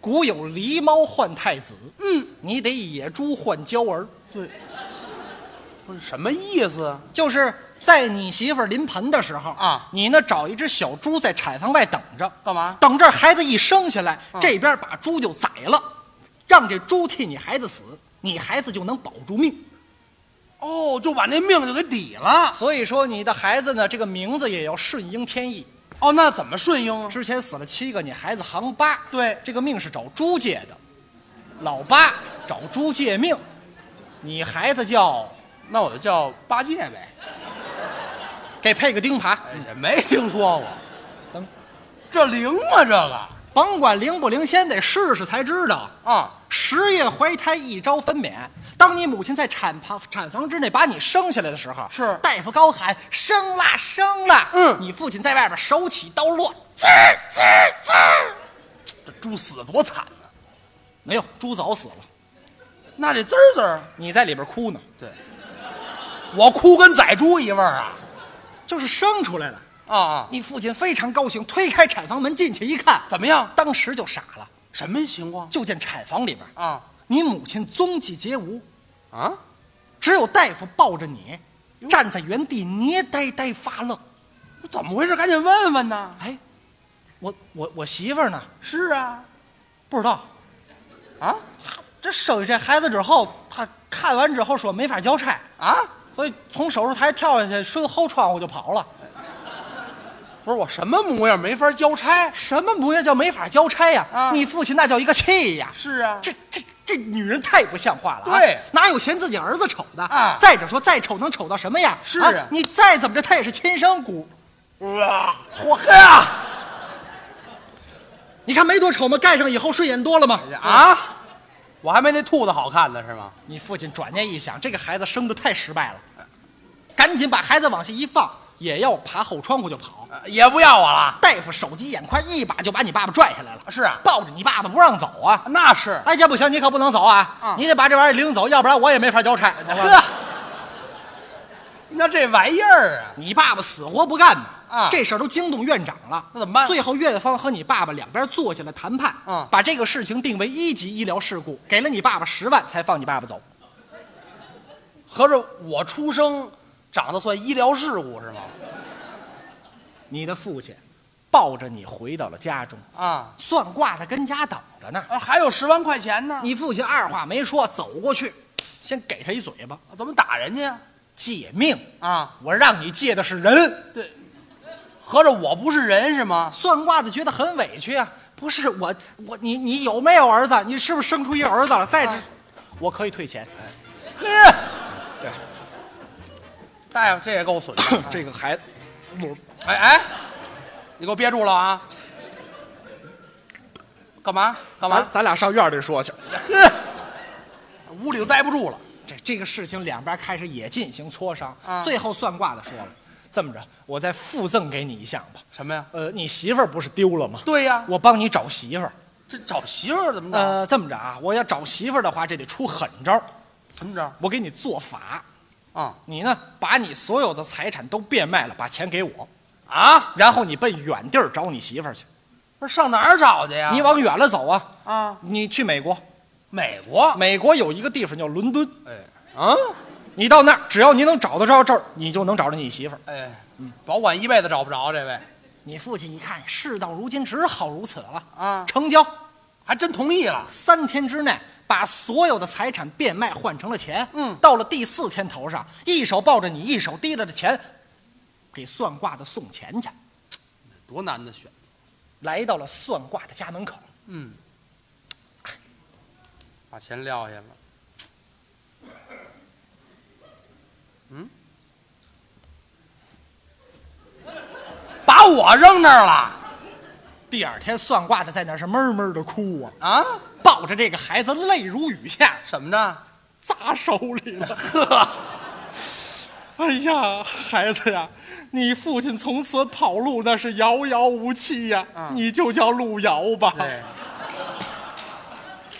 S10: 古有狸猫换太子，
S11: 嗯，
S10: 你得野猪换娇儿，
S11: 不是什么意思啊？
S10: 就是在你媳妇儿临盆的时候
S11: 啊
S10: 你呢找一只小猪在产房外等着，
S11: 干嘛嗯
S10: 等这孩子一生下来，这边把猪就宰了，让这猪替你孩子死，你孩子就能保住命。
S11: 哦，就把那命就给抵了。
S10: 所以说你的孩子呢，这个名字也要顺应天意。
S11: 哦，那怎么顺应啊？
S10: 之前死了七个，你孩子行八，
S11: 对
S10: 这个命是找猪借的，老八找猪借命，你孩子叫
S11: 那我就叫八戒呗。
S10: 给配个钉耙，
S11: 哎，这没听说过。
S10: 等
S11: 这灵吗？这个
S10: 甭管灵不灵，先得试试才知道。
S11: 啊，
S10: 十月怀胎，一朝分娩。当你母亲在产房产房之内把你生下来的时候，
S11: 是
S10: 大夫高喊“生啦，生啦”，
S11: 嗯
S10: 你父亲在外边手起刀落，
S11: 滋儿滋儿滋儿，这猪死得多惨呢、
S10: 没有猪早死了，
S11: 那这滋儿滋儿，
S10: 你在里边哭呢，
S11: 我哭跟宰猪一味儿啊
S10: 就是生出来了。
S11: 啊啊！
S10: 你父亲非常高兴，推开产房门进去一看，
S11: 怎么样？
S10: 当时就傻了，
S11: 什么情况
S10: 就见产房里边
S11: 啊
S10: 你母亲踪迹皆无，
S11: 啊？
S10: 只有大夫抱着你，站在原地捏呆呆发愣。
S11: 怎么回事？赶紧问问呐！
S10: 哎，我我我媳妇儿呢？
S11: 是啊
S10: 不知道。
S11: 啊
S10: 这生下这孩子之后，他看完之后说没法交差，
S11: 啊！
S10: 所以从手术台跳下去，顺后窗户就跑了。
S11: 不是我什么模样没法交差？
S10: 什么模样叫没法交差呀、
S11: 啊
S10: 你父亲那叫一个气呀！
S11: 是啊
S10: 这这这女人太不像话了啊！
S11: 对
S10: 哪有嫌自己儿子丑的
S11: 啊
S10: 再者说，再丑能丑到什么样？
S11: 是
S10: 啊
S11: 啊哎
S10: 你再怎么着，他也是亲生骨。
S11: 哇，我嘿啊！
S10: 你看没多丑吗？盖上以后顺眼多了吗？
S11: 啊，我还没那兔子好看呢，是吗？
S10: 你父亲转念一想，这个孩子生的太失败了，赶紧把孩子往下一放，也要爬后窗户就跑，
S11: 也不要我了。
S10: 大夫手疾眼快，一把就把你爸爸拽下来了。
S11: 是啊，
S10: 抱着你爸爸不让走啊。
S11: 那是，
S10: 哎，这不行，你可不能走啊，
S11: 嗯
S10: 你得把这玩意儿领走，要不然我也没法交差。
S11: 呵，哎那这玩意儿啊，
S10: 你爸爸死活不干呢。
S11: 啊
S10: 这事儿都惊动院长了，
S11: 那怎么办
S10: 最后院方和你爸爸两边坐下来谈判，
S11: 嗯
S10: 把这个事情定为一级医疗事故，给了你爸爸十万才放你爸爸走。
S11: 合着我出生长得算医疗事故是吗？
S10: 你的父亲抱着你回到了家中，
S11: 啊，
S10: 算卦的跟家等着呢。
S11: 啊还有十万块钱呢，
S10: 你父亲二话没说走过去，先给他一嘴巴，
S11: 啊怎么打人家呀？
S10: 借命！
S11: 啊，
S10: 我让你借的是人。
S11: 合着我不是人是吗？
S10: 算卦的觉得很委屈啊，不是我我你你有没有儿子？你是不是生出一儿子了？再这，我可以退钱。。
S11: 啊嘿，对，大夫这也够损的
S10: 这个孩子，
S11: 哎哎，你给我憋住了啊！干嘛干嘛？
S10: 咱俩上院里 说去。
S11: 屋里都待不住了。
S10: 这这个事情两边开始也进行磋商，
S11: 啊
S10: 最后算卦的说了，这么着，我再附赠给你一项吧。
S11: 什么呀？
S10: 呃，你媳妇儿不是丢了吗？
S11: 对呀，啊
S10: 我帮你找媳妇儿。
S11: 这找媳妇儿怎么着？
S10: 呃，这么着啊，我要找媳妇儿的话，这得出狠招。
S11: 怎么着？
S10: 我给你做法，
S11: 啊
S10: 你呢把你所有的财产都变卖了，把钱给我，
S11: 啊！
S10: 然后你奔远地儿找你媳妇儿去。
S11: 不是上哪儿找去呀？
S10: 你往远了走啊，
S11: 啊，
S10: 你去美国，
S11: 美国？
S10: 美国有一个地方叫伦敦，啊
S11: 哎，嗯，
S10: 你到那儿，只要你能找得着这儿，你就能找着你媳妇儿。
S11: 哎，保管一辈子找不着这位
S10: 你父亲一看事到如今，只好如此了，
S11: 啊，
S10: 成交。
S11: 还真同意了。
S10: 三天之内把所有的财产变卖换成了钱。
S11: 嗯
S10: 到了第四天头上，一手抱着你，一手提着着钱，给算卦的送钱去。
S11: 多难的选，
S10: 来到了算卦的家门口，
S11: 嗯，把钱撂下了。嗯，把我扔那儿了
S10: 第二天算卦的在那儿是闷闷的哭啊，
S11: 啊？
S10: 抱着这个孩子泪如雨下，
S11: 怎么着？
S10: 砸手里了。呵， 哎呀，孩子呀，你父亲从此跑路那是遥遥无期呀、
S11: 嗯
S10: 你就叫路遥吧。
S11: 对，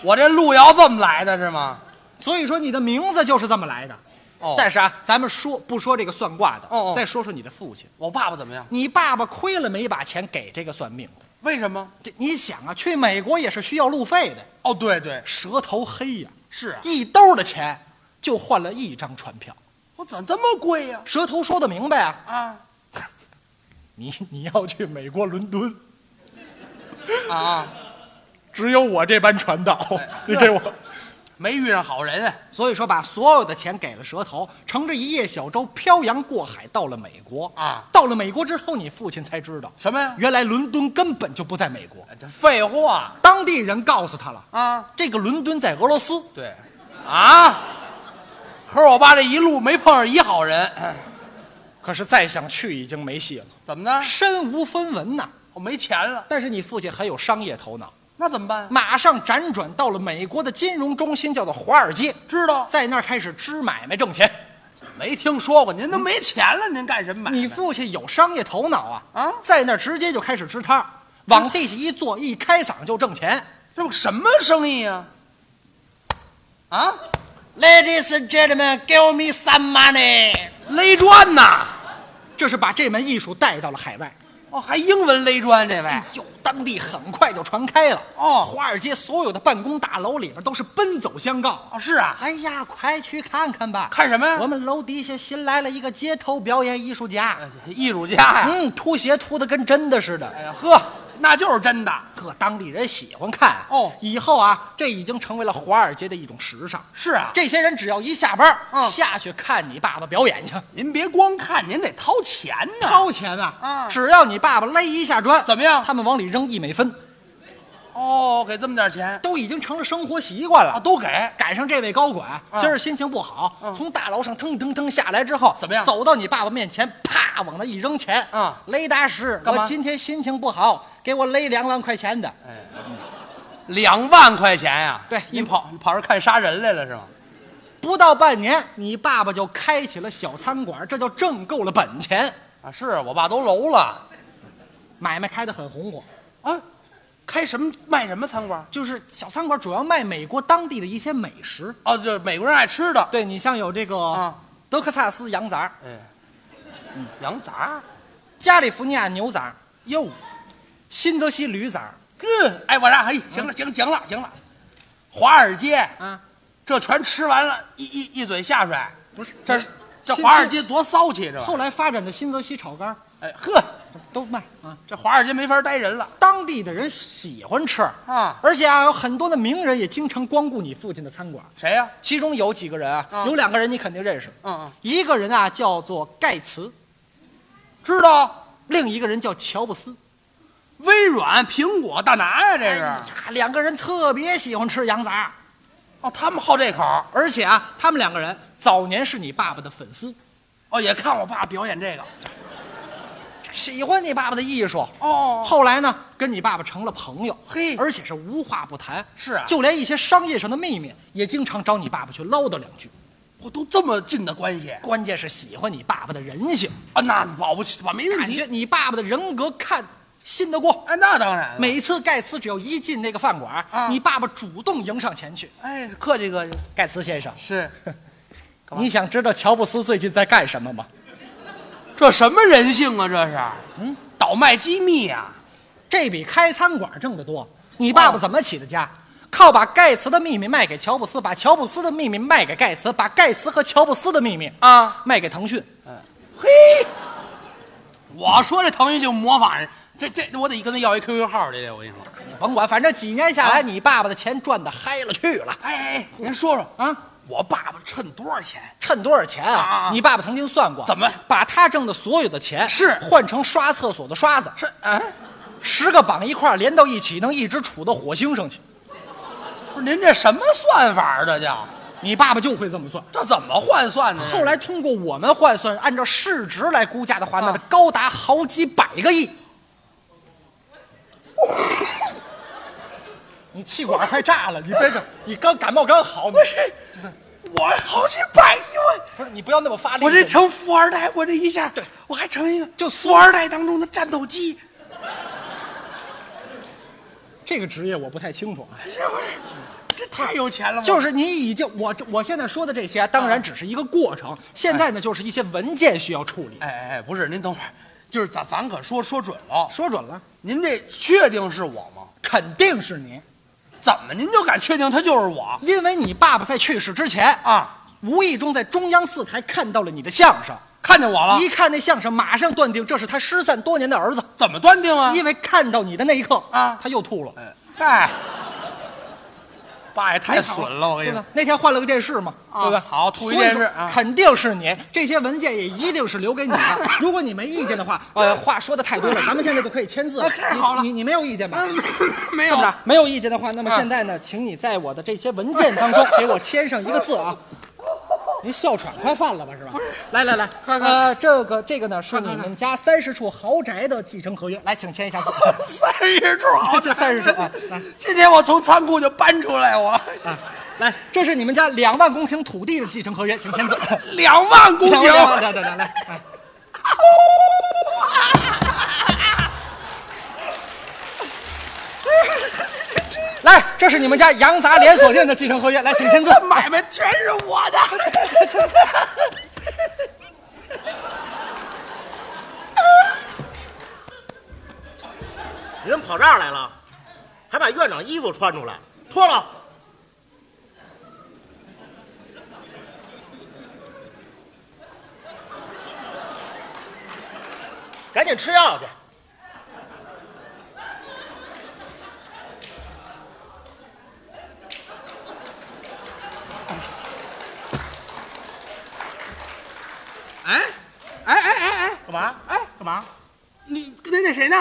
S11: 我这路遥这么来的是吗？
S10: 所以说你的名字就是这么来的。
S11: 哦，
S10: 但是啊，咱们说不说这个算卦的，
S11: 哦哦
S10: 再说说你的父亲。
S11: 我爸爸怎么样？
S10: 你爸爸亏了没把钱给这个算命的，
S11: 为什么？
S10: 这你想啊，去美国也是需要路费的，
S11: 哦，对对，
S10: 舌头黑呀、
S11: 是啊，
S10: 一兜的钱就换了一张船票。
S11: 我哦怎么这么贵呀、
S10: 舌头说的明白啊，
S11: 啊？
S10: 你你要去美国伦敦，
S11: 啊 啊！哎
S10: 只有我这班船到，你给我。
S11: 没遇上好人啊，
S10: 所以说，把所有的钱给了蛇头，乘着一叶小舟漂洋过海到了美国
S11: 啊！
S10: 到了美国之后，你父亲才知道
S11: 什么呀哎
S10: 原来伦敦根本就不在美国，
S11: 这废话
S10: 当地人告诉他了，
S11: 啊！
S10: 这个伦敦在俄罗斯。
S11: 对，啊！可是我爸这一路没碰上一好人，
S10: 可是再想去已经没戏了，
S11: 怎么呢？
S10: 身无分文呐。
S11: 我没钱了，
S10: 但是你父亲很有商业头脑，
S11: 那怎么办？
S10: 马上辗转到了美国的金融中心，叫做华尔街，
S11: 知道
S10: 在那儿开始支买卖挣钱。
S11: 没听说过，您都没钱了，您干什么买卖？
S10: 你父亲有商业头脑啊
S11: 啊
S10: 在那儿直接就开始支摊儿，往地下一坐，一开嗓就挣钱。
S11: 这不什么生意呀、啊？啊，
S10: Ladies and gentlemen, give me some money。
S11: 勒砖呐！
S10: 这是把这门艺术带到了海外。
S11: 哦，还英文勒砖这位
S10: 哎，呦，当地很快就传开了。
S11: 嗯哦
S10: 华尔街所有的办公大楼里边都是奔走相告。
S11: 哦，是啊，
S10: 哎呀，快去看看吧！
S11: 看什么呀
S10: 我们楼底下新来了一个街头表演艺术家，
S11: 哎艺术家呀、
S10: 嗯，涂鞋涂的跟真的似
S11: 哎
S10: 的，
S11: 呀呵，那就是真的。
S10: 各当地人喜欢看。
S11: 哦
S10: 以后啊，这已经成为了华尔街的一种时尚。
S11: 是啊，
S10: 这些人只要一下班儿，
S11: 嗯
S10: 下去看你爸爸表演去，
S11: 您别光看，您得掏钱呢。
S10: 掏钱啊！
S11: 嗯
S10: 只要你爸爸勒一下砖，
S11: 怎么样
S10: 他们往里扔一美分，
S11: 哦，给这么点钱
S10: 都已经成了生活习惯了
S11: 啊，。都给嗯
S10: 赶上这位高管，今儿心情不好，从大楼上腾腾腾下来之后，
S11: 怎么样
S10: 走到你爸爸面前，啪往那一扔钱。
S11: 啊
S10: 雷达师，
S11: 干嘛
S10: 我今天心情不好，
S11: 给我勒两万块钱的。
S10: 哎，
S11: 两万块钱呀、
S10: 对
S11: 你跑跑这看杀人来了是吗？
S10: 不到半年，你爸爸就开起了小餐馆，这就挣够了本钱，
S11: 啊，是我爸都楼了
S10: 买卖开得很红火。
S11: 啊，开什么卖什么餐馆？
S10: 就是小餐馆主要卖美国当地的一些美食，
S11: 哦，就是美国人爱吃的。
S10: 对你像有这个
S11: 啊，
S10: 德克萨斯羊杂儿、
S11: 哎，羊杂儿，
S10: 加利福尼亚牛杂儿、
S11: 哟，
S10: 新泽西驴杂儿，
S11: 呵， 哎，我让嘿，行了，行，行了，行了，华尔街
S10: 啊，
S11: 这全吃完了，一一一嘴下水，
S10: 不是
S11: 这这
S10: 新
S11: 华尔街多骚气，这玩意
S10: 后
S11: 儿
S10: 来发展的新泽西炒肝儿
S11: 哎呵，
S10: 都卖啊，
S11: 这华尔街没法待人了
S10: 当地的人喜欢吃
S11: 啊！
S10: 而且啊，有很多的名人也经常光顾你父亲的餐馆，
S11: 谁呀、
S10: 其中有几个人啊，
S11: 啊
S10: 有两个人你肯定认识，
S11: 嗯嗯，
S10: 一个人啊叫做盖茨，
S11: 知道
S10: 另一个人叫乔布斯。
S11: 微软、苹果、大拿呀、这是、
S10: 哎呀，两个人特别喜欢吃羊杂，
S11: 哦，他们好这口儿
S10: 而且啊，他们两个人早年是你爸爸的粉丝，
S11: 哦，也看我爸表演这个
S10: 喜欢你爸爸的艺术。
S11: 哦
S10: 后来呢，跟你爸爸成了朋友，
S11: 嘿
S10: 而且是无话不谈。
S11: 是啊
S10: 就连一些商业上的秘密，也经常找你爸爸去唠叨两句。
S11: 我都这么近的关系
S10: 关键是喜欢你爸爸的人性，
S11: 啊，那保不齐我没问
S10: 感觉
S11: 题。
S10: 你爸爸的人格看信得过。
S11: 哎，那当然了，
S10: 每次盖茨只要一进那个饭馆，
S11: 啊
S10: 你爸爸主动迎上前去。
S11: 哎客气客气
S10: 盖茨先生，
S11: 是
S10: 你想知道乔布斯最近在干什么吗？
S11: 这什么人性啊？这是嗯，倒卖机密啊呀、
S10: 这比开餐馆挣得多。你爸爸怎么起的家？靠把盖茨的秘密卖给乔布斯，把乔布斯的秘密卖给盖茨，把盖茨和乔布斯的秘密
S11: 啊！啊，
S10: 卖给腾讯。
S11: 嘿，我说这腾讯就模仿人，这这我得跟他要一 QQ 号去，这我跟你说。
S10: 你甭管，反正几年下来，
S11: 啊
S10: 你爸爸的钱赚的嗨了去了。
S11: 哎哎哎，您说说
S10: 啊，
S11: 我爸爸趁多少钱？
S10: 趁多少钱啊
S11: 啊？
S10: 你爸爸曾经算过，
S11: 怎么
S10: 把他挣的所有的钱
S11: 是
S10: 换成刷厕所的刷子，
S11: 是啊，
S10: 十个绑一块儿连到一起，能一直杵到火星上去。
S11: 不是您这什么算法啊？这叫
S10: 你爸爸就会这么算。
S11: 这怎么换算的？
S10: 后来通过我们换算，按照市值来估价的
S11: 啊
S10: 话，那得高达好几百个亿。你气管快炸了，你别整，你刚感冒刚好，不是，
S11: 我好几百亿万。
S10: 不是，你不要那么发力。
S11: 我这成富二代，我这一下，对我还成一个就富二代当中的战斗机，
S10: 这个职业我不太清楚啊，
S11: 这不是这太有钱了吗？
S10: 就是你已经我这我现在说的这些啊，当然只是一个过程，现在呢就是一些文件需要处理。
S11: 哎哎哎，不是，您等会儿，就是咱咱可说说准了，
S10: 说准了，
S11: 您这确定是我吗？
S10: 肯定是你，
S11: 怎么您就敢确定他就是我
S10: 因为你爸爸在去世之前，
S11: 啊？
S10: 无意中在中央四台看到了你的相声。
S11: 看见我了？
S10: 一看那相声，马上断定这是他失散多年的儿子，
S11: 怎么断定啊？
S10: 因为看到你的那一刻
S11: 啊
S10: 他又吐了，
S11: 哎嗨，爸也太损了，我跟你
S10: 对
S11: 说
S10: 吧。？那天换了个电视嘛，
S11: 啊
S10: 对不对？
S11: 好吐一
S10: 所以
S11: 电
S10: 说
S11: 视啊
S10: 肯定是你，这些文件也一定是留给你的。如果你没意见 的话，呃，话说的太多了，咱们现在就可以签字了。
S11: 啊太哎 好了嗯
S10: 你你你没有意见吧？
S11: 没
S10: 这
S11: 有
S10: 么着，没有意见的话，那么
S11: 啊
S10: 现在呢，请你在我的这些文 件当中给我签上一个字啊。您哮喘快犯了吧，是吧？来来来，
S11: 快快
S10: 呃，这个这个呢是你们家三十处豪宅的继承合约，来，请签一下字。
S11: 三十处好，
S10: 这30处啊来
S11: 今天我从仓库就搬出来，我
S10: 啊，来，这是你们家两万公顷土地的继承合约，请签字。
S11: 两万公
S10: 两万
S11: 顷，
S10: 来来来来，哎 来，这是你们家羊杂连锁店的继承合约，来，请签 字。
S11: 这买卖全是我的。
S12: 你怎么跑这儿来了？还把院长衣服穿出来，脱了。赶紧吃药去。
S11: 哎，哎哎哎哎，
S12: 干嘛？
S11: 哎
S12: 干嘛？
S11: 你跟那那谁呢？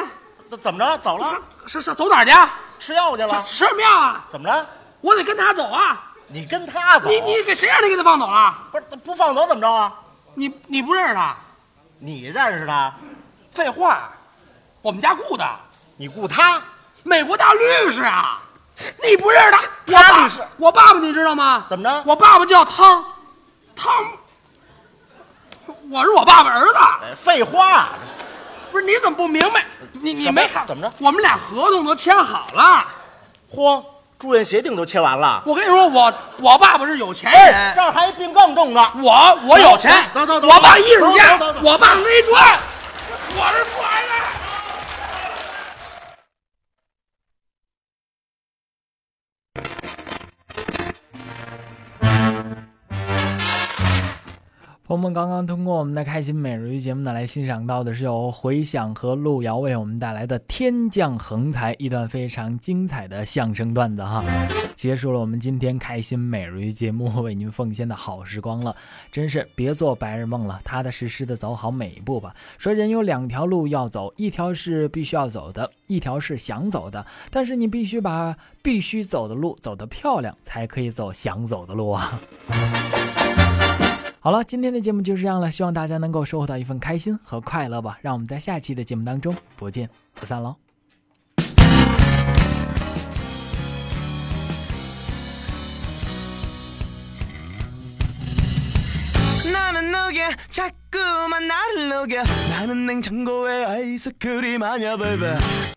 S12: 怎怎么着？走了？
S11: 是是走哪儿去啊？
S12: 吃药去了
S11: 吃？吃什么药啊？
S12: 怎么着？
S11: 我得跟他走啊！
S12: 你跟他走？
S11: 你你给谁让你给他放走了？
S12: 不是不放走怎么着啊？
S11: 你你不认识他？
S12: 你认识他？
S11: 废话，我们家雇的。
S5: 你雇他？
S10: 美国大律师啊，你不认识他？我爸是，我爸爸，你知道吗？
S5: 怎么着？
S10: 我爸爸叫汤，汤，我是我爸爸儿子。
S5: 废话，
S10: 不是你怎么不明白？你你没看
S5: 怎么着？
S10: 我们俩合同都签好了，
S5: 嚯，住院协定都签完了。哎
S10: 我跟你说，我我爸爸是有钱人，
S5: 这儿还病更重呢。
S10: 我我有钱，
S5: 走走走，
S10: 我爸艺术家
S5: 走走走，走
S10: 我爸内传，我是富二代。
S4: 朋友们刚刚通过我们的开心每日鱼节目呢，来欣赏到的是由回响和路遥为我们带来的《天降横财》一段非常精彩的相声段子哈，结束了我们今天开心每日鱼节目为您奉献的好时光了，真是别做白日梦了，踏踏实实的走好每一步吧。说人有两条路要走，一条是必须要走的，一条是想走的，但是你必须把必须走的路走得漂亮，才可以走想走的路啊。好了，今天的节目就这样了，希望大家能够收获到一份开心和快乐吧。让我们在下期的节目当中不见不散喽。
S9: 나는 너게 자꾸만 나를 녹여 나는 냉장고에 아이스크림 아냐 baby